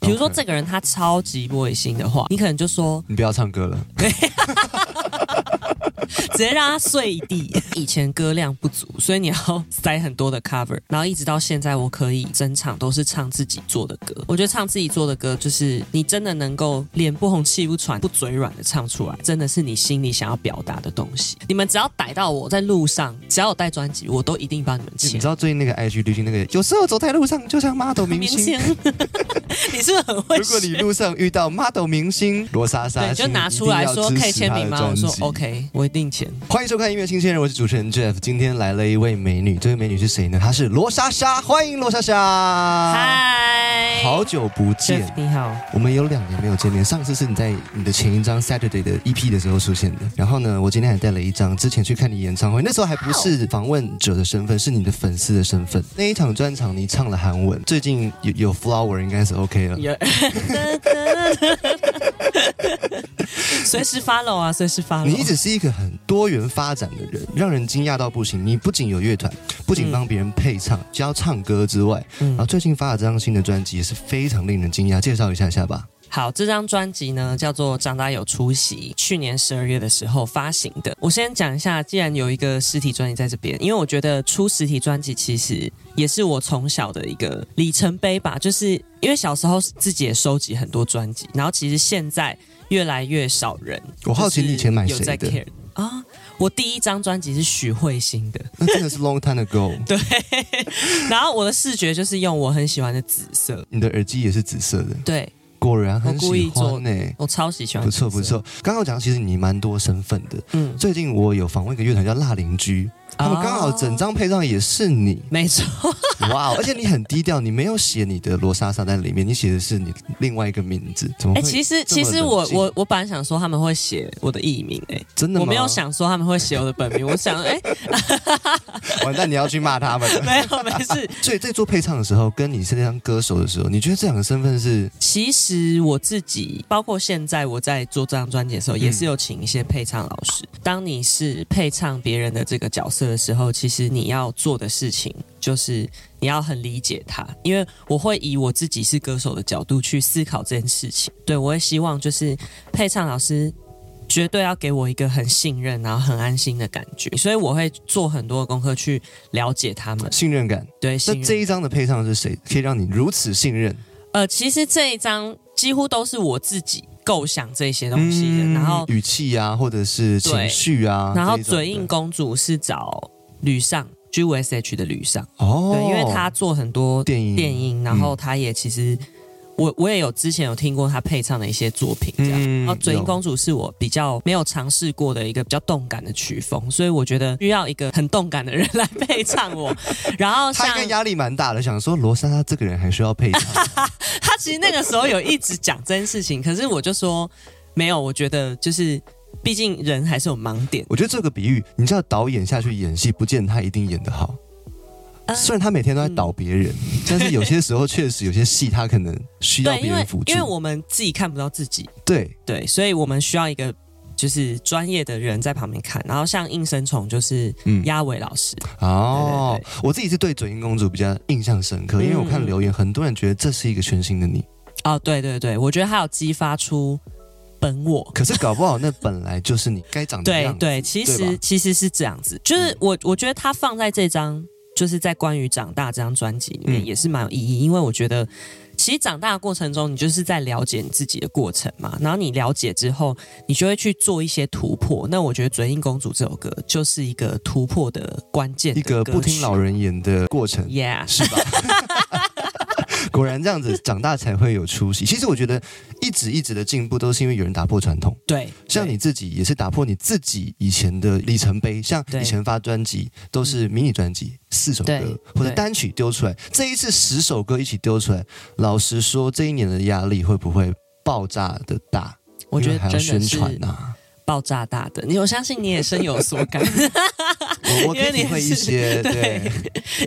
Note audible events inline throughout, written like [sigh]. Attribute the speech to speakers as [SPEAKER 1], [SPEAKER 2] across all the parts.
[SPEAKER 1] 比如说这个人他超级玻璃心的话，你可能就说 [laughs]
[SPEAKER 2] 你不要唱歌了，
[SPEAKER 1] 直接让他碎地。 [laughs] 以前歌量不足，所以你要塞很多的 cover，然后一直到现在，我可以整场都是唱自己做的歌。我觉得唱自己做的歌，就是你真的能够脸不红气不喘、不嘴软的唱出来，真的是你心里想要表达的东西。你们只要逮到我在路上，只要有带专辑，我都一定帮你们
[SPEAKER 2] 你
[SPEAKER 1] 签
[SPEAKER 2] 知。道最近那个 IG 滤镜那个，有时候走在路上就像 model 明
[SPEAKER 1] 明
[SPEAKER 2] 星
[SPEAKER 1] 星。， [laughs] 你是不是很会
[SPEAKER 2] 如果你
[SPEAKER 1] 写
[SPEAKER 2] 路上遇到 model 明星罗莎莎，
[SPEAKER 1] 对，就
[SPEAKER 2] 请
[SPEAKER 1] 拿
[SPEAKER 2] 一
[SPEAKER 1] 出
[SPEAKER 2] 定
[SPEAKER 1] 来
[SPEAKER 2] 要
[SPEAKER 1] 说
[SPEAKER 2] 支
[SPEAKER 1] 可以
[SPEAKER 2] 持
[SPEAKER 1] 签
[SPEAKER 2] 她
[SPEAKER 1] 名
[SPEAKER 2] 的
[SPEAKER 1] 吗？
[SPEAKER 2] 专
[SPEAKER 1] 我说
[SPEAKER 2] 辑
[SPEAKER 1] OK，我一定签。
[SPEAKER 2] 欢迎收看音乐新鲜人，我是主持人 Jeff。今天来了一位美女，这位美女是谁呢？她是罗莎莎，欢迎罗莎莎。，
[SPEAKER 1] 嗨，
[SPEAKER 2] 好久不见
[SPEAKER 1] Jeff，。你好。
[SPEAKER 2] 我们有两年没有见面，上次是你在你的前一张 Saturday 的 EP 的时候出现的。然后呢，我今天还带了一张之前去看你演唱会，那时候还不是访问者的身份，是你的粉丝的身份。那一场专场你唱了韩文，最近有有 Flower 应该是 OK 了。
[SPEAKER 1] 有， [laughs] 随时 follow 啊，随时 follow。
[SPEAKER 2] 你一直是一个很多元发展的人，让人惊讶到不行。你不仅有乐团，不仅帮别人配唱、教唱歌之外，
[SPEAKER 1] 嗯
[SPEAKER 2] 然后最近发了这张新的专辑也是非常令人惊讶，介绍一下下吧。
[SPEAKER 1] 好，这张专辑呢叫做《长大有出息》，去年十二月的时候发行的。我先讲一下，既然有一个实体专辑在这边，因为我觉得出实体专辑其实也是我从小的一个里程碑吧，就是因为小时候自己也收集很多专辑，然后其实现在越来越少人。
[SPEAKER 2] 我好奇你以前买
[SPEAKER 1] 就是有在
[SPEAKER 2] 谁的
[SPEAKER 1] care 啊？我第一张专辑是许慧欣的， [laughs]
[SPEAKER 2] 那真的是 long time ago。
[SPEAKER 1] 对， [laughs] 然后我的视觉就是用我很喜欢的紫色，
[SPEAKER 2] 你的耳机也是紫色的，
[SPEAKER 1] 对
[SPEAKER 2] 果然很
[SPEAKER 1] 我故
[SPEAKER 2] 喜
[SPEAKER 1] 意
[SPEAKER 2] 欢呢、
[SPEAKER 1] 我超级喜欢。
[SPEAKER 2] 不错不，错，刚刚我讲其实你蛮多身份的。
[SPEAKER 1] 嗯，
[SPEAKER 2] 最近我有访问一个乐团叫辣邻居，他们刚好整
[SPEAKER 1] 哦、
[SPEAKER 2] 张配上也
[SPEAKER 1] [laughs]
[SPEAKER 2] 是你，
[SPEAKER 1] 没错，哦
[SPEAKER 2] 哇！而且你很低调，你没有写你的罗莎莎在里面，你写的是你另外一个名字，怎么
[SPEAKER 1] 哎、
[SPEAKER 2] 会？
[SPEAKER 1] 其实
[SPEAKER 2] 这
[SPEAKER 1] 其
[SPEAKER 2] 么
[SPEAKER 1] 实我
[SPEAKER 2] 冷静
[SPEAKER 1] 我我本来想说他们会写我的艺名、哎，
[SPEAKER 2] 真的吗
[SPEAKER 1] 我没有，想说他们会写我的本名，我想哎、
[SPEAKER 2] 完蛋，你要去骂他们
[SPEAKER 1] [laughs]
[SPEAKER 2] 了。
[SPEAKER 1] 没有没事。
[SPEAKER 2] 所以在做配唱的时候，跟你是那张歌手的时候，你觉得这两个身份是
[SPEAKER 1] 其实我自己，包括现在我在做这张专辑的时候，也是有请一些配唱老师。当你是配唱别人的这个角色的时候，其实你要做的事情就是你要很理解他，因为我会以我自己是歌手的角度去思考这件事情。对我会希望就是配唱老师。绝对要给我一个很信任，然后很安心的感觉，所以我会做很多的功课去了解他们。
[SPEAKER 2] 信任感？
[SPEAKER 1] 对，
[SPEAKER 2] 那
[SPEAKER 1] 信任
[SPEAKER 2] 这一张的配唱是谁可以让你如此信任？
[SPEAKER 1] 呃，其实这一张几乎都是我自己构想这些东西的，
[SPEAKER 2] 嗯
[SPEAKER 1] 然后
[SPEAKER 2] 语气啊，或者是情绪啊，
[SPEAKER 1] 然后
[SPEAKER 2] 这一种的
[SPEAKER 1] 嘴硬公主是找吕尚 G U S H 的吕尚，
[SPEAKER 2] 哦，
[SPEAKER 1] 对，因为他做很多
[SPEAKER 2] 电影嗯
[SPEAKER 1] 电影，然后他也其实。我我也有之前有听过他配唱的一些作品，这样。
[SPEAKER 2] 嗯
[SPEAKER 1] 然后《嘴硬
[SPEAKER 2] 有
[SPEAKER 1] 公主》是我比较没有尝试过的一个比较动感的曲风，所以我觉得需要一个很动感的人来配唱我。然后
[SPEAKER 2] 他
[SPEAKER 1] 像
[SPEAKER 2] 应该压力蛮大的，想说罗莎莎这个人还需要配
[SPEAKER 1] [laughs]
[SPEAKER 2] 唱，。
[SPEAKER 1] 他其实那个时候有一直讲这件事情，可是我就说没有，我觉得就是毕竟人还是有盲点
[SPEAKER 2] 我觉得这个比喻，你知道导演下去演戏，不见得他一定演得好。
[SPEAKER 1] 呃嗯
[SPEAKER 2] 虽然他每天都在导别人，但是有些时候确实有些戏他可能需要
[SPEAKER 1] 对，
[SPEAKER 2] 别
[SPEAKER 1] 因为
[SPEAKER 2] 人辅助。
[SPEAKER 1] 因为我们自己看不到自己，
[SPEAKER 2] 对
[SPEAKER 1] 对，所以我们需要一个就是专业的人在旁边看。然后像应声虫就是
[SPEAKER 2] 嗯
[SPEAKER 1] 鸭尾老师，
[SPEAKER 2] 哦
[SPEAKER 1] 对
[SPEAKER 2] 我自己是对准英公主比较印象深刻，因为我看
[SPEAKER 1] 嗯
[SPEAKER 2] 留言，很多人觉得这是一个全新的你，
[SPEAKER 1] 哦，对对对，我觉得他有激发出本我。
[SPEAKER 2] 可是搞不好那本来就是你该长的
[SPEAKER 1] 对
[SPEAKER 2] 样子。
[SPEAKER 1] 对，其
[SPEAKER 2] 对
[SPEAKER 1] 实
[SPEAKER 2] 吧嗯
[SPEAKER 1] 其实是这样子，就是我我觉得他放在这张就是在关于长大这张专辑里面
[SPEAKER 2] 嗯
[SPEAKER 1] 也是蛮有意义，因为我觉得其实长大的过程中，你就是在了解你自己的过程嘛，然后你了解之后，你就会去做一些突破。那我觉得《嘴硬公主》这首歌就是一个突破的关键的
[SPEAKER 2] 一个不听老人言的过程，
[SPEAKER 1] ，Yeah，[laughs]
[SPEAKER 2] 是吧？果然这样子长大才会有出息。其实我觉得一直一直的进步都是因为有人打破传统，
[SPEAKER 1] 对，
[SPEAKER 2] 像
[SPEAKER 1] 对
[SPEAKER 2] 你自己也是打破你自己以前的里程碑，像
[SPEAKER 1] 对
[SPEAKER 2] 以前发专辑都是迷你专辑四首
[SPEAKER 1] 对
[SPEAKER 2] 歌或者
[SPEAKER 1] 对
[SPEAKER 2] 单曲丢出来，这一次十首歌一起丢出来，老实说这一年的压力会不会爆炸的大？
[SPEAKER 1] 我觉
[SPEAKER 2] 因为
[SPEAKER 1] 得
[SPEAKER 2] 还要
[SPEAKER 1] 真
[SPEAKER 2] 宣
[SPEAKER 1] 的
[SPEAKER 2] 传啊
[SPEAKER 1] 是
[SPEAKER 2] 呐、
[SPEAKER 1] 爆炸大的，你我相信你也深有所感。
[SPEAKER 2] 我我
[SPEAKER 1] 因
[SPEAKER 2] 可
[SPEAKER 1] 为
[SPEAKER 2] 以
[SPEAKER 1] 你
[SPEAKER 2] 体会一
[SPEAKER 1] 是
[SPEAKER 2] 些，
[SPEAKER 1] 对
[SPEAKER 2] 对，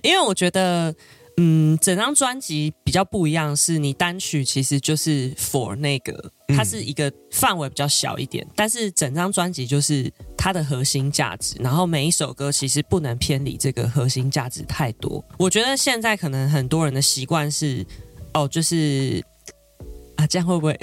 [SPEAKER 1] 因为我觉得，嗯，整张专辑比较不一样，是你单曲其实就是 for 那个，
[SPEAKER 2] 嗯
[SPEAKER 1] 它是一个范围比较小一点，但是整张专辑就是它的核心价值，然后每一首歌其实不能偏离这个核心价值太多。我觉得现在可能很多人的习惯是，哦，就是。这样会不会？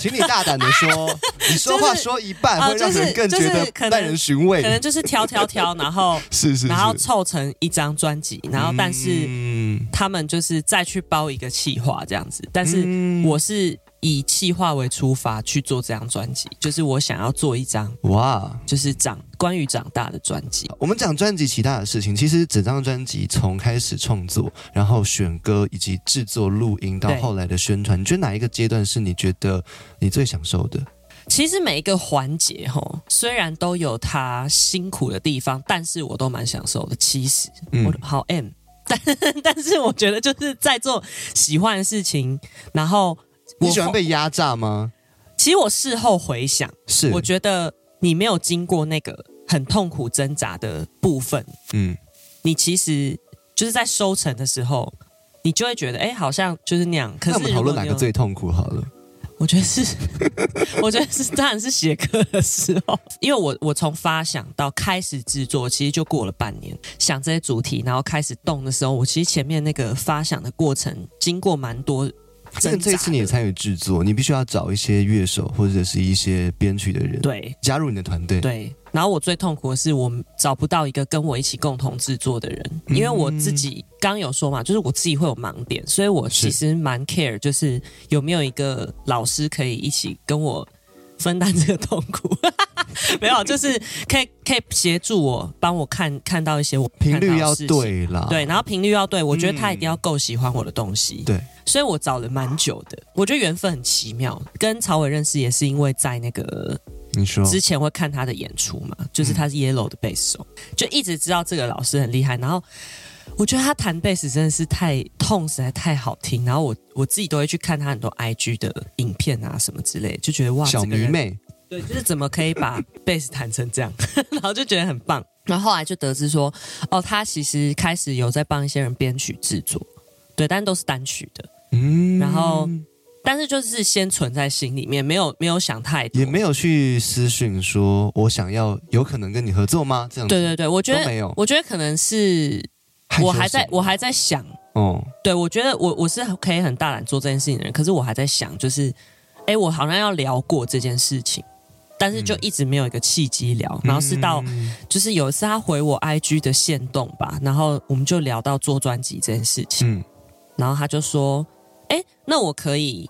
[SPEAKER 2] 请你大胆的
[SPEAKER 1] [laughs]
[SPEAKER 2] 说，你说话说一半
[SPEAKER 1] 啊
[SPEAKER 2] 会让人更
[SPEAKER 1] 就是
[SPEAKER 2] 觉
[SPEAKER 1] 就是可能
[SPEAKER 2] 得耐人寻味
[SPEAKER 1] 可，能就是挑挑挑，然后
[SPEAKER 2] 哎 [laughs] 是是是，
[SPEAKER 1] 然后凑成一张专辑，然后但是
[SPEAKER 2] 嗯
[SPEAKER 1] 他们就是再去包一个企划这样子，但是
[SPEAKER 2] 嗯
[SPEAKER 1] 我是以企划为出发去做这张专辑，就是我想要做一张
[SPEAKER 2] 哇。
[SPEAKER 1] 就是长关于长大的专辑。
[SPEAKER 2] 我们讲专辑其他的事情，其实整张专辑从开始创作，然后选歌以及制作、录音到
[SPEAKER 1] 对
[SPEAKER 2] 后来的宣传，你觉得哪一个阶段是你觉得你最享受的？
[SPEAKER 1] 其实每一个环节吼，虽然都有它辛苦的地方，但是我都蛮享受的。其实
[SPEAKER 2] 嗯
[SPEAKER 1] 我好 M，但 [laughs] 但是我觉得就是在做喜欢的事情，然后我
[SPEAKER 2] 你喜欢
[SPEAKER 1] 后
[SPEAKER 2] 被压榨吗？
[SPEAKER 1] 其实我事后回想，
[SPEAKER 2] 是，
[SPEAKER 1] 我觉得你没有经过那个很痛苦挣扎的部分，
[SPEAKER 2] 嗯，
[SPEAKER 1] 你其实就是在收成的时候，你就会觉得哎、好像就是那样。可
[SPEAKER 2] 那
[SPEAKER 1] 是
[SPEAKER 2] 我们讨论
[SPEAKER 1] 如果
[SPEAKER 2] 哪
[SPEAKER 1] 你
[SPEAKER 2] 个
[SPEAKER 1] 有
[SPEAKER 2] 最痛苦好了。
[SPEAKER 1] 我觉得是， [laughs] 我觉得是，当然是写歌的时候，因为我我从发想到开始制作，其实就过了半年，想这些主题，然后开始动的时候，我其实前面那个发想的过程，经过蛮多
[SPEAKER 2] 这
[SPEAKER 1] 挣扎
[SPEAKER 2] 这
[SPEAKER 1] 的。
[SPEAKER 2] 次你也参与制作，你必须要找一些乐手或者是一些编曲的人
[SPEAKER 1] 对
[SPEAKER 2] 加入你的团队。
[SPEAKER 1] 对，然后我最痛苦的是，我找不到一个跟我一起共同制作的人，
[SPEAKER 2] 嗯
[SPEAKER 1] 因为我自己刚有说嘛，就是我自己会有盲点，所以我其实蛮 care，就是有没有一个老师可以一起跟我分担这个痛苦。 [laughs] 没有，就是可以可以协助我，帮我看看到一些我
[SPEAKER 2] 频
[SPEAKER 1] 看到
[SPEAKER 2] 率
[SPEAKER 1] 的
[SPEAKER 2] 要
[SPEAKER 1] 事情。
[SPEAKER 2] 对啊啦。
[SPEAKER 1] 对，然后频率要对，我觉得他一定
[SPEAKER 2] 嗯
[SPEAKER 1] 要够喜欢我的东西。
[SPEAKER 2] 对，
[SPEAKER 1] 所以我找了蛮久的。我觉得缘分很奇妙，跟曹伟认识也是因为在那个
[SPEAKER 2] 你说
[SPEAKER 1] 之前会看他的演出嘛，
[SPEAKER 2] 嗯
[SPEAKER 1] 就是他是 Yellow 的贝斯手，就一直知道这个老师很厉害。然后我觉得他弹贝斯真的是太痛，实在太好听。然后我我自己都会去看他很多 IG 的影片啊什么之类，就觉得哇，
[SPEAKER 2] 小
[SPEAKER 1] 这个
[SPEAKER 2] 迷
[SPEAKER 1] 人
[SPEAKER 2] 妹，
[SPEAKER 1] 对，就是怎么可以把贝斯弹成这样， [laughs] 然后就觉得很棒。然后后来就得知说，哦，他其实开始有在帮一些人编曲制作，对，但都是单曲的，
[SPEAKER 2] 嗯
[SPEAKER 1] 然后但是就是先存在心里面，没有没有想太多，
[SPEAKER 2] 也没有去私讯说我想要有可能跟你合作吗？这样子
[SPEAKER 1] 对对对，我觉
[SPEAKER 2] 都
[SPEAKER 1] 得
[SPEAKER 2] 没有
[SPEAKER 1] 我觉得可能是
[SPEAKER 2] 害羞
[SPEAKER 1] 我还在
[SPEAKER 2] 什么
[SPEAKER 1] 我还在想，
[SPEAKER 2] 哦，
[SPEAKER 1] 对我觉得我我是可以很大胆做这件事情的人，可是我还在想，就是哎，我好像要聊过这件事情，但是就一直没有一个契机聊，然后是到
[SPEAKER 2] 嗯
[SPEAKER 1] 就是有一次他回我 IG 的线动吧，然后我们就聊到做专辑这件事情，
[SPEAKER 2] 嗯
[SPEAKER 1] 然后他就说，哎，那我可以。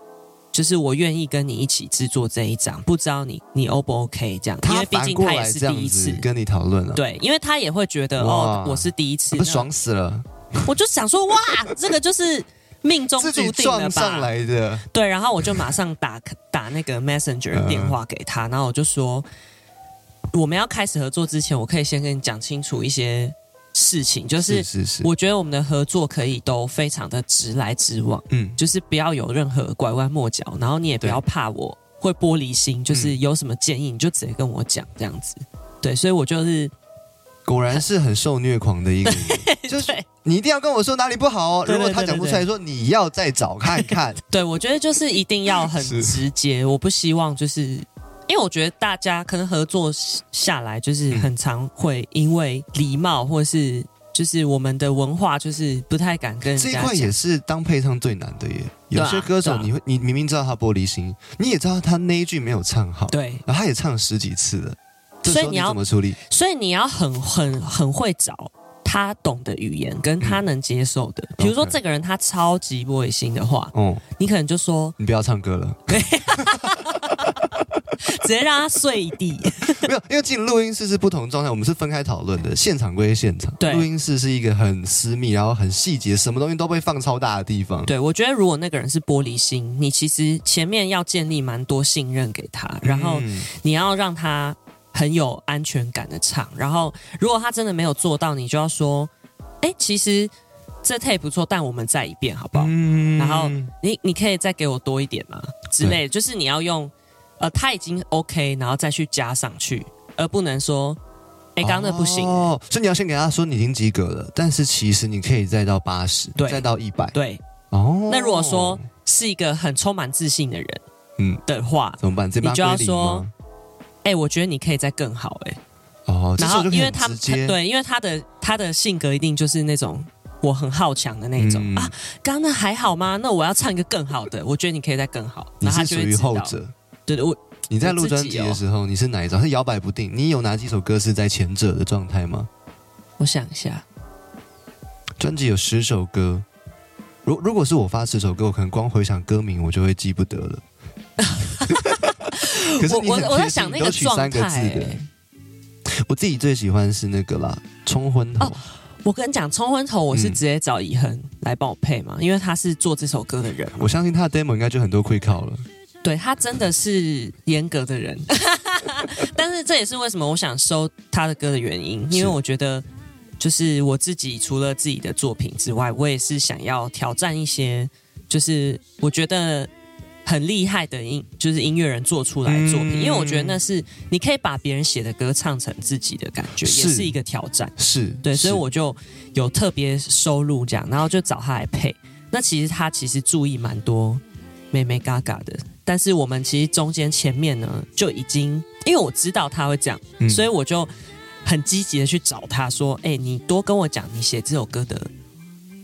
[SPEAKER 1] 就是我愿意跟你一起制作这一张，不知道你你 O 不 OK 这样，因
[SPEAKER 2] 他
[SPEAKER 1] 为毕
[SPEAKER 2] 反
[SPEAKER 1] 竟
[SPEAKER 2] 过
[SPEAKER 1] 他也
[SPEAKER 2] 来
[SPEAKER 1] 是
[SPEAKER 2] 这
[SPEAKER 1] 第
[SPEAKER 2] 样
[SPEAKER 1] 一次
[SPEAKER 2] 子，跟你讨论了，
[SPEAKER 1] 对，因为他也会觉得哦
[SPEAKER 2] 哇，啊
[SPEAKER 1] 我是第一次，
[SPEAKER 2] 不
[SPEAKER 1] 那
[SPEAKER 2] 爽死了，
[SPEAKER 1] 我就想说，哇，
[SPEAKER 2] [laughs]
[SPEAKER 1] 这个就是命中
[SPEAKER 2] 自己
[SPEAKER 1] 注定了
[SPEAKER 2] 撞上
[SPEAKER 1] 吧？
[SPEAKER 2] 来的，
[SPEAKER 1] 对，然后我就马上打打那个 Messenger
[SPEAKER 2] 嗯
[SPEAKER 1] 的电话给他，然后我就说，我们要开始合作之前，我可以先跟你讲清楚一些事情，就是
[SPEAKER 2] 是是是，
[SPEAKER 1] 我觉得我们的合作可以都非常的直来直往，
[SPEAKER 2] 嗯
[SPEAKER 1] 就是不要有任何拐弯抹角，然后你也不
[SPEAKER 2] 对嗯
[SPEAKER 1] 要怕我会玻璃心，就是有什么建议你就直接跟我讲这样子。对，所以我就是
[SPEAKER 2] 果然是很受虐狂的一个人，
[SPEAKER 1] [laughs]
[SPEAKER 2] 就是
[SPEAKER 1] 对
[SPEAKER 2] 你一定要跟我说哪里不好哦。
[SPEAKER 1] 对
[SPEAKER 2] 如
[SPEAKER 1] 对
[SPEAKER 2] 果他讲不出来，说你要再找看
[SPEAKER 1] [laughs]
[SPEAKER 2] 看。
[SPEAKER 1] 对，我觉得就是一定要很
[SPEAKER 2] 是
[SPEAKER 1] 直接，我不希望就是，因为我觉得大家可能合作下来，就是
[SPEAKER 2] 嗯
[SPEAKER 1] 很常会因为礼貌或是就是我们的文化，就是不太敢跟人
[SPEAKER 2] 这一
[SPEAKER 1] 家
[SPEAKER 2] 块
[SPEAKER 1] 讲
[SPEAKER 2] 也。是当配唱最难的耶。
[SPEAKER 1] 对
[SPEAKER 2] 有
[SPEAKER 1] 啊
[SPEAKER 2] 些歌手
[SPEAKER 1] 对啊
[SPEAKER 2] 你会，你明明知道他玻璃心，你也知道他那一句没有唱好，
[SPEAKER 1] 对，
[SPEAKER 2] 然后他也唱十几次了，这
[SPEAKER 1] 所以
[SPEAKER 2] 时候
[SPEAKER 1] 你
[SPEAKER 2] 你
[SPEAKER 1] 要
[SPEAKER 2] 怎么处理？
[SPEAKER 1] 所以你要很很很会找他懂的语言，跟他能接受的。比如说
[SPEAKER 2] 嗯 OK
[SPEAKER 1] 这个人他超级玻璃心的话，
[SPEAKER 2] 哦，
[SPEAKER 1] 你可能就说
[SPEAKER 2] 你不要唱歌了，
[SPEAKER 1] 直接让他碎地。 [laughs]
[SPEAKER 2] 没有，因为进录音室是不同状态，我们是分开讨论的，现场归现场，
[SPEAKER 1] 对
[SPEAKER 2] 录音室是一个很私密，然后很细节，什么东西都被放超大的地方。
[SPEAKER 1] 对，我觉得如果那个人是玻璃心，你其实前面要建立蛮多信任给他，然后
[SPEAKER 2] 嗯
[SPEAKER 1] 你要让他很有安全感的唱。然后，如果他真的没有做到，你就要说：“哎、其实这 tape 不错，但我们再一遍好不好？
[SPEAKER 2] 嗯
[SPEAKER 1] 然后你你可以再给我多一点嘛之类的。”就是你要用呃，他已经 OK，然后再去加上去，而不能说：“哎、刚刚那不行。
[SPEAKER 2] 哦，所以你要先给他说你已经及格了，但是其实你可以再到八十，
[SPEAKER 1] 对
[SPEAKER 2] 再到一百。
[SPEAKER 1] 对，
[SPEAKER 2] 哦，
[SPEAKER 1] 那如果说是一个很充满自信的人，
[SPEAKER 2] 嗯
[SPEAKER 1] 嗯的话，
[SPEAKER 2] 怎么办？这边
[SPEAKER 1] 你就要
[SPEAKER 2] 归零吗
[SPEAKER 1] 哎、我觉得你可以再更好、哎。
[SPEAKER 2] 哦，这
[SPEAKER 1] 然
[SPEAKER 2] 时
[SPEAKER 1] 后
[SPEAKER 2] 候就可
[SPEAKER 1] 因
[SPEAKER 2] 以
[SPEAKER 1] 为
[SPEAKER 2] 很
[SPEAKER 1] 他
[SPEAKER 2] 直接，
[SPEAKER 1] 对，因为他的他的性格一定就是那种我很好强的那种、
[SPEAKER 2] 嗯
[SPEAKER 1] 啊。刚刚那还好吗？那我要唱一个更好的，我觉得你可以再更好。
[SPEAKER 2] 你
[SPEAKER 1] 然后
[SPEAKER 2] 是
[SPEAKER 1] 他就
[SPEAKER 2] 属
[SPEAKER 1] 会
[SPEAKER 2] 于
[SPEAKER 1] 知道
[SPEAKER 2] 后。者。
[SPEAKER 1] 对对，我
[SPEAKER 2] 你在录
[SPEAKER 1] 我自
[SPEAKER 2] 专
[SPEAKER 1] 己
[SPEAKER 2] 辑的
[SPEAKER 1] 哦
[SPEAKER 2] 时候，你是哪一种？是摇摆不定？你有哪几首歌是在前者的状态吗？
[SPEAKER 1] 我想一下，
[SPEAKER 2] 专辑有十首歌，如如果是我发十首歌，我可能光回想歌名我就会记不得
[SPEAKER 1] [laughs]
[SPEAKER 2] 了。可是
[SPEAKER 1] 我
[SPEAKER 2] 你很
[SPEAKER 1] 我我在
[SPEAKER 2] 贴心
[SPEAKER 1] 想
[SPEAKER 2] 你
[SPEAKER 1] 那
[SPEAKER 2] 都
[SPEAKER 1] 个
[SPEAKER 2] 取
[SPEAKER 1] 状
[SPEAKER 2] 三个
[SPEAKER 1] 态
[SPEAKER 2] 字的
[SPEAKER 1] 欸
[SPEAKER 2] 我自己最喜欢是那个啦，冲昏头。
[SPEAKER 1] 哦我跟你讲，冲昏头我是
[SPEAKER 2] 嗯
[SPEAKER 1] 直接找以恒来帮我配嘛，因为他是做这首歌的人嘛。
[SPEAKER 2] 我相信他的 demo 应该就很多 quick call 了。
[SPEAKER 1] 对他真的是严格的人， [laughs] 但是这也是为什么我想收他的歌的原因，因为
[SPEAKER 2] 是
[SPEAKER 1] 我觉得就是我自己除了自己的作品之外，我也是想要挑战一些，就是我觉得很厉害的音，就是音乐人做出来的作品，
[SPEAKER 2] 嗯
[SPEAKER 1] 因为我觉得那是你可以把别人写的歌唱成自己的感觉，
[SPEAKER 2] 是
[SPEAKER 1] 也是一个挑战。
[SPEAKER 2] 是，
[SPEAKER 1] 对，所以
[SPEAKER 2] 是
[SPEAKER 1] 我就有特别收录这样，然后就找他来配。那其实他其实注意蛮多妹妹嘎嘎的，但是我们其实中间前面呢就已经，因为我知道他会这样，
[SPEAKER 2] 嗯
[SPEAKER 1] 所以我就很积极的去找他说：“哎、你多跟我讲你写这首歌的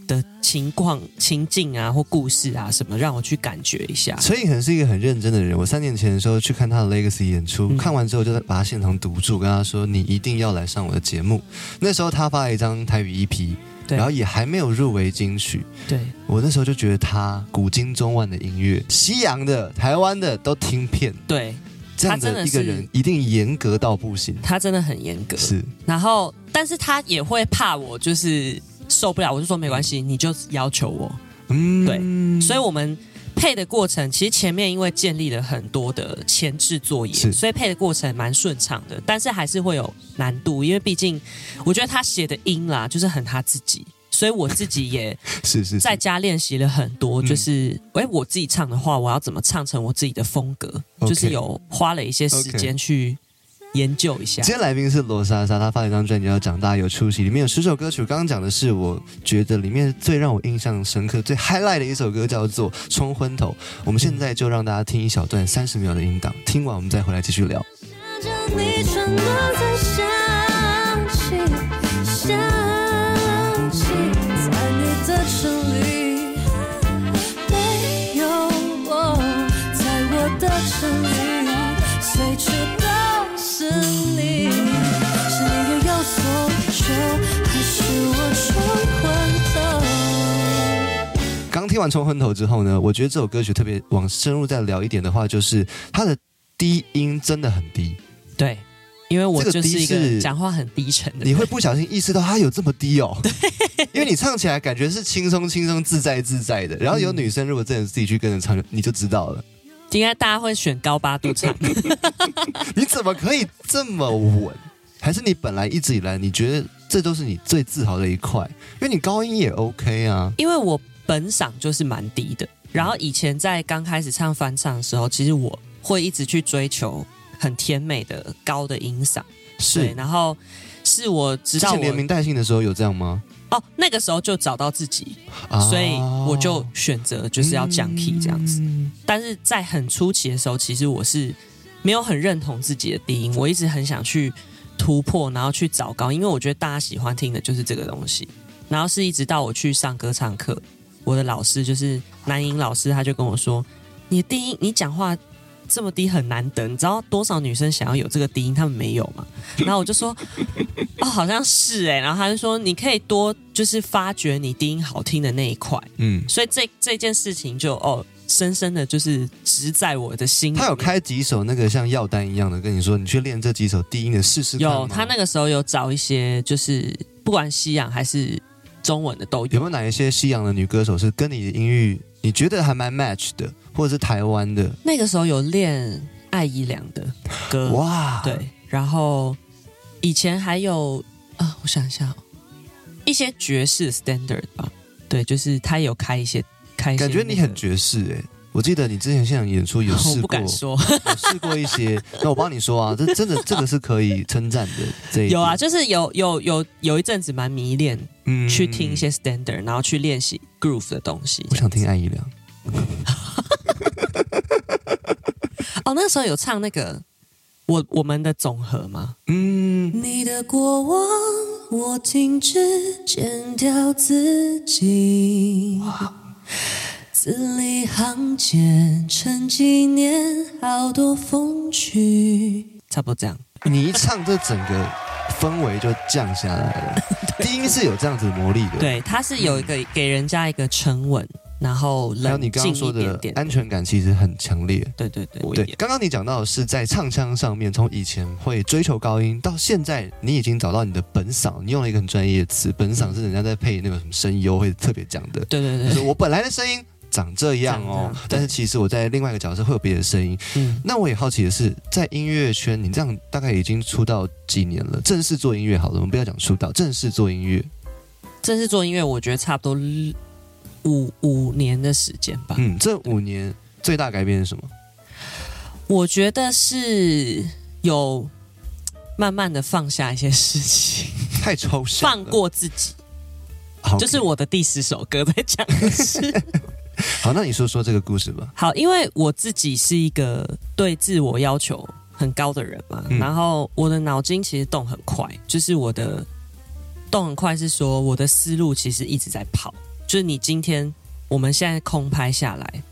[SPEAKER 1] 的情况、情境啊，或故事啊什么，让我去感觉一下。
[SPEAKER 2] 所以可能是一个很认真的人。我三年前的时候去看他的 Legacy 演出，
[SPEAKER 1] 嗯
[SPEAKER 2] 看完之后就在把他现场堵住，跟他说：“你一定要来上我的节目。”那时候他发了一张台语 EP，
[SPEAKER 1] 对
[SPEAKER 2] 然后也还没有入围金曲。”
[SPEAKER 1] 对，
[SPEAKER 2] 我那时候就觉得他古今中外的音乐，西洋的、台湾的都听遍，
[SPEAKER 1] 对
[SPEAKER 2] 这样
[SPEAKER 1] 他真的
[SPEAKER 2] 一个
[SPEAKER 1] 是
[SPEAKER 2] 人一定严格到不行。
[SPEAKER 1] 他真的很严格。
[SPEAKER 2] 是，
[SPEAKER 1] 然后，但是他也会怕我，就是受不了。我就说没关系，你就要求我。
[SPEAKER 2] 嗯，
[SPEAKER 1] 对所以我们配的过程，其实前面因为建立了很多的前置作业，
[SPEAKER 2] 是
[SPEAKER 1] 所以配的过程蛮顺畅的，但是还是会有难度，因为毕竟我觉得他写的音啦，就是很他自己。所以我自己也
[SPEAKER 2] 是是是
[SPEAKER 1] 在家练习了很多，
[SPEAKER 2] 嗯
[SPEAKER 1] 就是诶、我自己唱的话，我要怎么唱成我自己的风格
[SPEAKER 2] OK
[SPEAKER 1] 就是有花了一些时间去研究一下。
[SPEAKER 2] 今天来宾是罗莎莎，她发了一张专辑叫《长大有出息》，里面有十首歌曲。刚刚讲的是我觉得里面最让我印象深刻、最 highlight 的一首歌，叫做《冲昏头》。我们现在就让大家听一小段三十秒的音档，听完我们再回来继续聊。
[SPEAKER 3] 着你承诺才想起，想起，在你的城里没有我，在我的城里随处都是你，是你若有所求，还是我冲昏头？
[SPEAKER 2] 刚听完《冲昏头》之后呢，我觉得这首歌曲特别往深入再聊一点的话，就是它的低音真的很低，
[SPEAKER 1] 对，因为我
[SPEAKER 2] 这个
[SPEAKER 1] 就是一
[SPEAKER 2] 低是
[SPEAKER 1] 个讲话很低沉的人，
[SPEAKER 2] 你会不小心意识到它有这么低哦。因为你唱起来感觉是轻松轻松、自在自在的。然后有女生如果真的自己去跟着唱，你就知道了。
[SPEAKER 1] 应该大家会选高八度唱。
[SPEAKER 2] 你怎么可以这么稳？还是你本来一直以来你觉得这都是你最自豪的一块？因为你高音也 OK 啊，
[SPEAKER 1] 因为我本嗓就是蛮低的，然后以前在刚开始唱翻唱的时候，其实我会一直去追求很甜美的高的音嗓，对，
[SPEAKER 2] 是。
[SPEAKER 1] 然后是我直
[SPEAKER 2] 之
[SPEAKER 1] 到
[SPEAKER 2] 前
[SPEAKER 1] 我
[SPEAKER 2] 连名带姓的时候有这样吗？
[SPEAKER 1] 哦那个时候就找到自己，
[SPEAKER 2] 啊
[SPEAKER 1] 所以我就选择就是要降 key 这样子。
[SPEAKER 2] 嗯
[SPEAKER 1] 但是在很初期的时候，其实我是没有很认同自己的低音，我一直很想去突破，然后去找高音，因为我觉得大家喜欢听的就是这个东西。然后是一直到我去上歌唱课，我的老师就是南音老师，他就跟我说：“你的低音，你讲话这么低很难得，你知道多少女生想要有这个低音，她们没有嘛？”然后我就说：“哦，好像是哎、然后他就说：“你可以多就是发掘你低音好听的那一块。”
[SPEAKER 2] 嗯，
[SPEAKER 1] 所以这这件事情就哦，深深的就是植在我的心里面。
[SPEAKER 2] 他有开几首那个像药单一样的跟你说，你去练这几首低音的试试看吗。
[SPEAKER 1] 有他那个时候有找一些，就是不管西洋还是中文的都
[SPEAKER 2] 有
[SPEAKER 1] 有。
[SPEAKER 2] 没有哪一些西洋的女歌手是跟你的音域你觉得还蛮 match 的，或者是台湾的？
[SPEAKER 1] 那个时候有练艾怡良的歌，
[SPEAKER 2] 哇，
[SPEAKER 1] 对，然后以前还有啊、我想一下哦，一些爵士 standard 吧，对，就是他有开一些开一些
[SPEAKER 2] 感觉
[SPEAKER 1] 那
[SPEAKER 2] 你
[SPEAKER 1] 个
[SPEAKER 2] 很爵士哎、我记得你之前现场演出有试
[SPEAKER 1] [laughs]
[SPEAKER 2] 过，
[SPEAKER 1] 我不敢说，
[SPEAKER 2] 我试过一些，那我帮你说啊，这真的这个是可以称赞的。这一点
[SPEAKER 1] 有啊，，就是有有有有一阵子蛮迷恋
[SPEAKER 2] 嗯
[SPEAKER 1] 去听一些。standard，然后去练习 groove 的东西。
[SPEAKER 2] 我想听艾怡良，
[SPEAKER 1] 哦，那时候有唱那个我我们的总和吗？
[SPEAKER 2] 嗯，
[SPEAKER 3] 你的过往，我停止剪掉自己，字里行间趁几年好多风趣。
[SPEAKER 1] 差不多这样。
[SPEAKER 2] 你一唱，这整个氛围就降下来
[SPEAKER 1] [laughs]
[SPEAKER 2] 了。低音是有这样子的魔力的，，
[SPEAKER 1] 对，它是有一个给人家一个沉稳，然后
[SPEAKER 2] 还有
[SPEAKER 1] 冷
[SPEAKER 2] 你刚
[SPEAKER 1] 静
[SPEAKER 2] 刚说
[SPEAKER 1] 一
[SPEAKER 2] 的
[SPEAKER 1] 点点。
[SPEAKER 2] 安全感其实很强烈。
[SPEAKER 1] 对对对，
[SPEAKER 2] 对，刚刚你讲到的是在唱腔上面，从以前会追求高音，到现在你已经找到你的本嗓，你用了一个很专业的词，本嗓是人家在配那个什么声优会特别讲的，
[SPEAKER 1] 对对
[SPEAKER 2] 就是
[SPEAKER 1] 对，
[SPEAKER 2] 我本来的声音长这样
[SPEAKER 1] 长
[SPEAKER 2] 哦
[SPEAKER 1] 这样，
[SPEAKER 2] 但是其实我在另外一个角色会有别的声音。
[SPEAKER 1] 嗯，
[SPEAKER 2] 那我也好奇的是，在音乐圈，你这样大概已经出道几年了？正式做音乐好了，我们不要讲出道，正式做音乐，
[SPEAKER 1] 正式做音乐，我觉得差不多五五年的时间吧。
[SPEAKER 2] 嗯，这五年最大改变是什么？
[SPEAKER 1] 我觉得是有慢慢的放下一些事情，
[SPEAKER 2] 太抽象了，
[SPEAKER 1] 放过自己，
[SPEAKER 2] 好，
[SPEAKER 1] 就是我的第十首歌在讲的是。
[SPEAKER 2] 好，那你说说这个故事吧。
[SPEAKER 1] 好，因为我自己是一个对自我要求很高的人嘛，
[SPEAKER 2] 嗯
[SPEAKER 1] 然后我的脑筋其实动很快，就是我的动很快是说我的思路其实一直在跑，就是你今天我们现在空拍下来，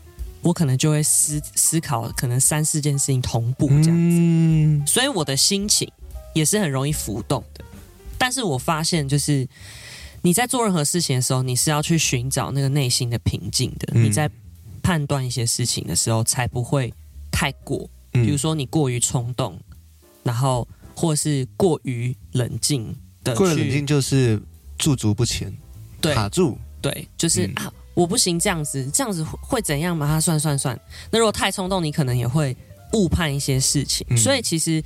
[SPEAKER 1] 我可能就会思思考可能三四件事情同步这样子，
[SPEAKER 2] 嗯，
[SPEAKER 1] 所以我的心情也是很容易浮动的。但是我发现就是。你在做任何事情的时候，你是要去寻找那个内心的平静的。
[SPEAKER 2] 嗯
[SPEAKER 1] 你在判断一些事情的时候，才不会太过。
[SPEAKER 2] 比
[SPEAKER 1] 比如说你过于冲动，然后或是过于冷静的
[SPEAKER 2] 过了冷静
[SPEAKER 1] 去，
[SPEAKER 2] 就是驻足不前，
[SPEAKER 1] 对
[SPEAKER 2] 卡住，
[SPEAKER 1] 对，就是、
[SPEAKER 2] 嗯
[SPEAKER 1] 啊，我不行这样子，这样子会会怎样嘛？他算算算。那如果太冲动，你可能也会误判一些事情。
[SPEAKER 2] 嗯
[SPEAKER 1] 所以其实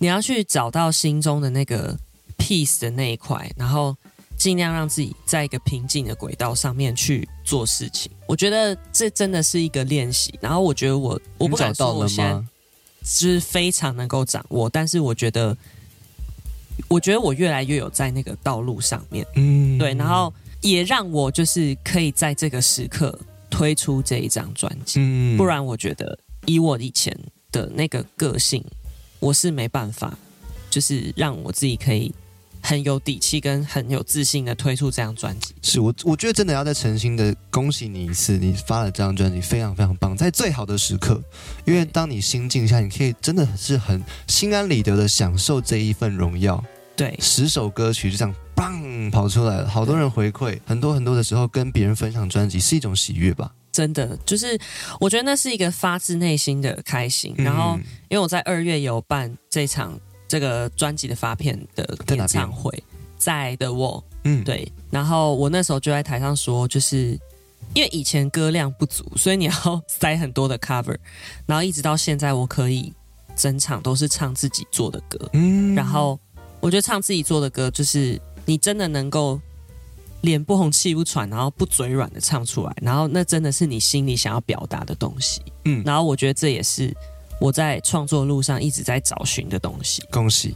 [SPEAKER 1] 你要去找到心中的那个 peace 的那一块，然后尽量让自己在一个平静的轨道上面去做事情。我觉得这真的是一个练习。然后我觉得我我不
[SPEAKER 2] 你
[SPEAKER 1] 敢
[SPEAKER 2] 找
[SPEAKER 1] 说
[SPEAKER 2] 到
[SPEAKER 1] 我
[SPEAKER 2] 了
[SPEAKER 1] 现在
[SPEAKER 2] 吗？
[SPEAKER 1] 是非常能够掌握，但是我觉得，我觉得我越来越有在那个道路上面，
[SPEAKER 2] 嗯
[SPEAKER 1] 对，然后也让我就是可以在这个时刻推出这一张专辑，
[SPEAKER 2] 嗯
[SPEAKER 1] 不然我觉得以我以前的那个个性，我是没办法，就是让我自己可以很有底气跟很有自信的推出这张专辑。
[SPEAKER 2] 是我，我觉得真的要再诚心的恭喜你一次，你发了这张专辑非常非常棒，在最好的时刻，因为当你心静下，你可以真的是很心安理得的享受这一份荣耀。
[SPEAKER 1] 对，
[SPEAKER 2] 十首歌曲就这样棒跑出来了，好多人回馈，很多很多的时候跟别人分享专辑是一种喜悦吧。
[SPEAKER 1] 真的就是我觉得那是一个发自内心的开心，然后。
[SPEAKER 2] 嗯
[SPEAKER 1] 因为我在二月有办这场这个专辑的发片的
[SPEAKER 2] 在哪边
[SPEAKER 1] 演唱会，在 The Wall
[SPEAKER 2] 嗯，
[SPEAKER 1] 对，然后我那时候就在台上说，就是因为以前歌量不足，所以你要 [laughs] 塞很多的 cover，然后一直到现在，我可以整场都是唱自己做的歌，
[SPEAKER 2] 嗯
[SPEAKER 1] 然后我觉得唱自己做的歌，就是你真的能够脸不红气不喘，然后不嘴软的唱出来，然后那真的是你心里想要表达的东西。
[SPEAKER 2] 嗯
[SPEAKER 1] 然后我觉得这也是我在创作路上一直在找寻的东西。
[SPEAKER 2] 恭喜，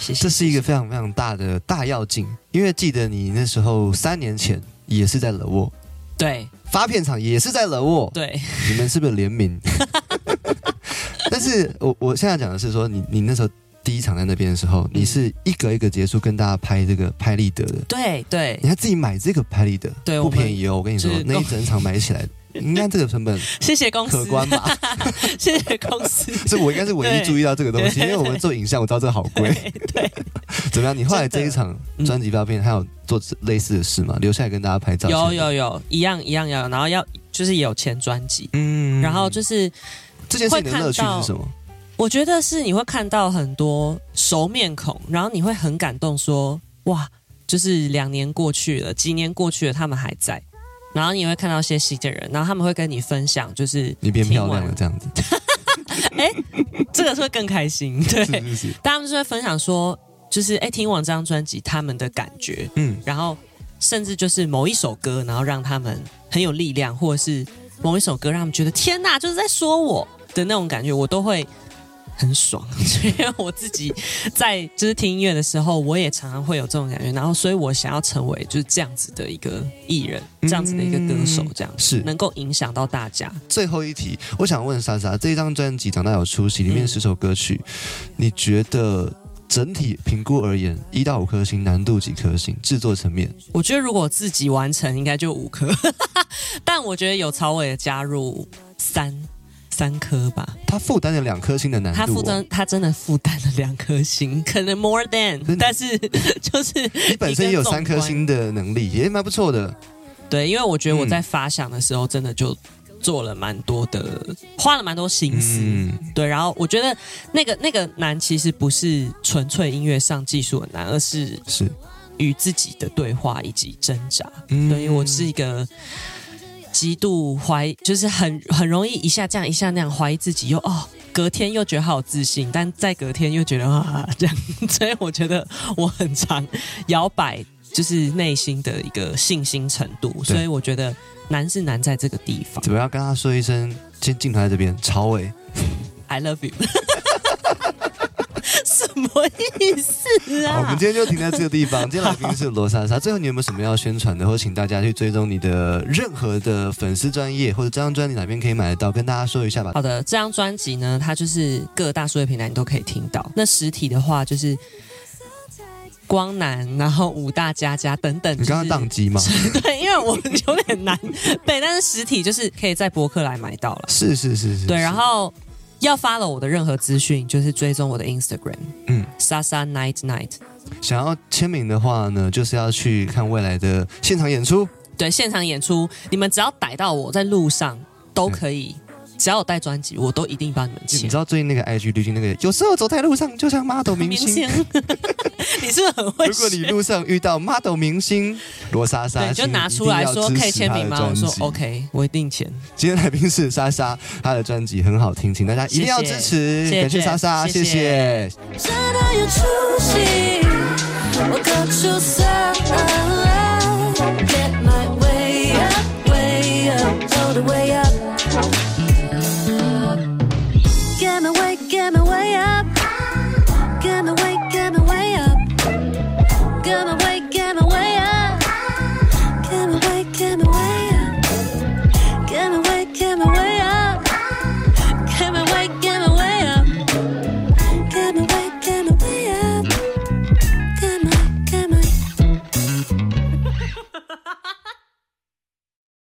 [SPEAKER 1] 谢谢。
[SPEAKER 2] 这是一个非常非常大的大要进，因为记得你那时候三年前也是在冷沃
[SPEAKER 1] 对
[SPEAKER 2] 发片场，也是在冷沃，
[SPEAKER 1] 对
[SPEAKER 2] 你们是不是有联名？ [laughs] 但是我我现在讲的是说，你你那时候第一场在那边的时候，
[SPEAKER 1] 嗯
[SPEAKER 2] 你是一格一格结束跟大家拍这个拍立得的，
[SPEAKER 1] 对对
[SPEAKER 2] 你，还自己买这个拍立得，
[SPEAKER 1] 对
[SPEAKER 2] 不
[SPEAKER 1] 我们
[SPEAKER 2] 便宜哦，我跟你说
[SPEAKER 1] 就是，
[SPEAKER 2] 那一整场买起来，应该这个成本
[SPEAKER 1] 谢谢公
[SPEAKER 2] 可
[SPEAKER 1] 司，
[SPEAKER 2] 观吧？
[SPEAKER 1] [laughs] 谢谢公司。
[SPEAKER 2] 所以我应该是唯一
[SPEAKER 1] [laughs] 对
[SPEAKER 2] 注意到这个东西，因
[SPEAKER 1] 对
[SPEAKER 2] 为我们做影像，我知道这个好贵。
[SPEAKER 1] [laughs] 对，
[SPEAKER 2] 怎么样？你后来这一场
[SPEAKER 1] 嗯
[SPEAKER 2] [laughs] 专辑发片，还有做类似的事吗？留下来跟大家拍照？
[SPEAKER 1] 有，有有，一样一样有，然后要就是也有前专辑，
[SPEAKER 2] 嗯
[SPEAKER 1] 然后就是
[SPEAKER 2] 这件事情的乐趣
[SPEAKER 1] 会看到
[SPEAKER 2] 是什么？
[SPEAKER 1] 我觉得是你会看到很多熟面孔，然后你会很感动说，哇，就是两年过去了，几年过去了，他们还在。然后你会看到一些新的人，然后他们会跟你分享，就是
[SPEAKER 2] 你变
[SPEAKER 1] 听
[SPEAKER 2] 漂
[SPEAKER 1] 完
[SPEAKER 2] 亮了，这
[SPEAKER 1] [laughs]
[SPEAKER 2] 样子，
[SPEAKER 1] 这个是会更开心。对，
[SPEAKER 2] 是是是，
[SPEAKER 1] 大家就是会分享说，就是哎，听完这张专辑他们的感觉，
[SPEAKER 2] 嗯，
[SPEAKER 1] 然后甚至就是某一首歌，然后让他们很有力量，或者是某一首歌让他们觉得天呐，就是在说我的那种感觉，我都会很爽。 [laughs] 所以我自己在就是听音乐的时候，我也常常会有这种感觉，然后所以我想要成为就是这样子的一个艺人，这样子的一个歌手
[SPEAKER 2] 嗯，
[SPEAKER 1] 这样
[SPEAKER 2] 是
[SPEAKER 1] 能够影响到大家。
[SPEAKER 2] 最后一题，我想问莎莎，这一张专辑《长大有出息》里面
[SPEAKER 1] 嗯
[SPEAKER 2] 十首歌曲，你觉得整体评估而言，一到五颗星，难度几颗星？制作层面，
[SPEAKER 1] 我觉得如果自己完成，应该就五颗， [laughs] 但我觉得有曹伟的加入三三颗吧，
[SPEAKER 2] 它负担了两颗星的难度、哦
[SPEAKER 1] 他负担，他真的负担了两颗星，可能 more
[SPEAKER 2] 真的
[SPEAKER 1] than，但是 [laughs] 就是
[SPEAKER 2] 你本身也有三颗星的能力，也蛮不错的。
[SPEAKER 1] 对，因为我觉得我
[SPEAKER 2] 嗯
[SPEAKER 1] 在发想的时候，真的就做了蛮多的，花了蛮多心思。
[SPEAKER 2] 嗯，
[SPEAKER 1] 对，然后我觉得那个那个难其实不是纯粹音乐上技术的难，而是
[SPEAKER 2] 是，
[SPEAKER 1] 与自己的对话以及挣扎。
[SPEAKER 2] 嗯
[SPEAKER 1] 对，因为我是一个极度怀，就是很很容易一下这样一下那样怀疑自己，又哦。隔天又觉得好有自信，但再隔天又觉得啊这样， [laughs] 所以我觉得我很常摇摆，就是内心的一个信心程度。所以我觉得难是难在这个地方。
[SPEAKER 2] 怎么要跟他说一声，先镜头在这边，朝伟，
[SPEAKER 1] I love you，什么意思
[SPEAKER 2] 好，我
[SPEAKER 1] 啊
[SPEAKER 2] 们？今天就停在这个地方。今天来宾是罗莎莎。最后，你有没有什么要宣传的，或请大家去追踪你的任何的粉丝专业，或者这张专辑哪边可以买得到，跟大家说一下吧。
[SPEAKER 1] 好的，这张专辑呢，它就是各大数位平台你都可以听到。那实体的话就是光南，然后五大家家等等。
[SPEAKER 2] 你刚
[SPEAKER 1] 就是
[SPEAKER 2] 刚宕机吗？
[SPEAKER 1] 对，因为我有点难背，但是实体就是可以在博客来买到了。
[SPEAKER 2] 是是是是。
[SPEAKER 1] 对，
[SPEAKER 2] 是
[SPEAKER 1] 然后要发了我的任何资讯，就是追踪我的 Instagram，
[SPEAKER 2] 嗯
[SPEAKER 1] 嗯，莎莎 Night Night。
[SPEAKER 2] 想要签名的话呢，就是要去看未来的现场演出。
[SPEAKER 1] 对，现场演出，你们只要逮到我在路上都可以，只要有带专辑，我都一定帮你们
[SPEAKER 2] 嗯你
[SPEAKER 1] 签
[SPEAKER 2] 知。道最近那个 IG 滤镜那个，有时候走在路上就像 model 明星。，
[SPEAKER 1] [laughs] 你是不是很会
[SPEAKER 2] 如果你
[SPEAKER 1] 学
[SPEAKER 2] 路上遇到 model
[SPEAKER 1] [laughs]
[SPEAKER 2] 明星罗莎莎，
[SPEAKER 1] 对，就拿出来说
[SPEAKER 2] 请一定要
[SPEAKER 1] 可以签名吗？我说
[SPEAKER 2] 支持她的专辑
[SPEAKER 1] OK，我一定签。
[SPEAKER 2] 今天来宾是莎莎，她的专辑很好听，请大家一定要支持，
[SPEAKER 1] 谢谢
[SPEAKER 2] 感谢莎莎，
[SPEAKER 1] 谢谢
[SPEAKER 2] 谢谢
[SPEAKER 3] 真的有出息，我搞出所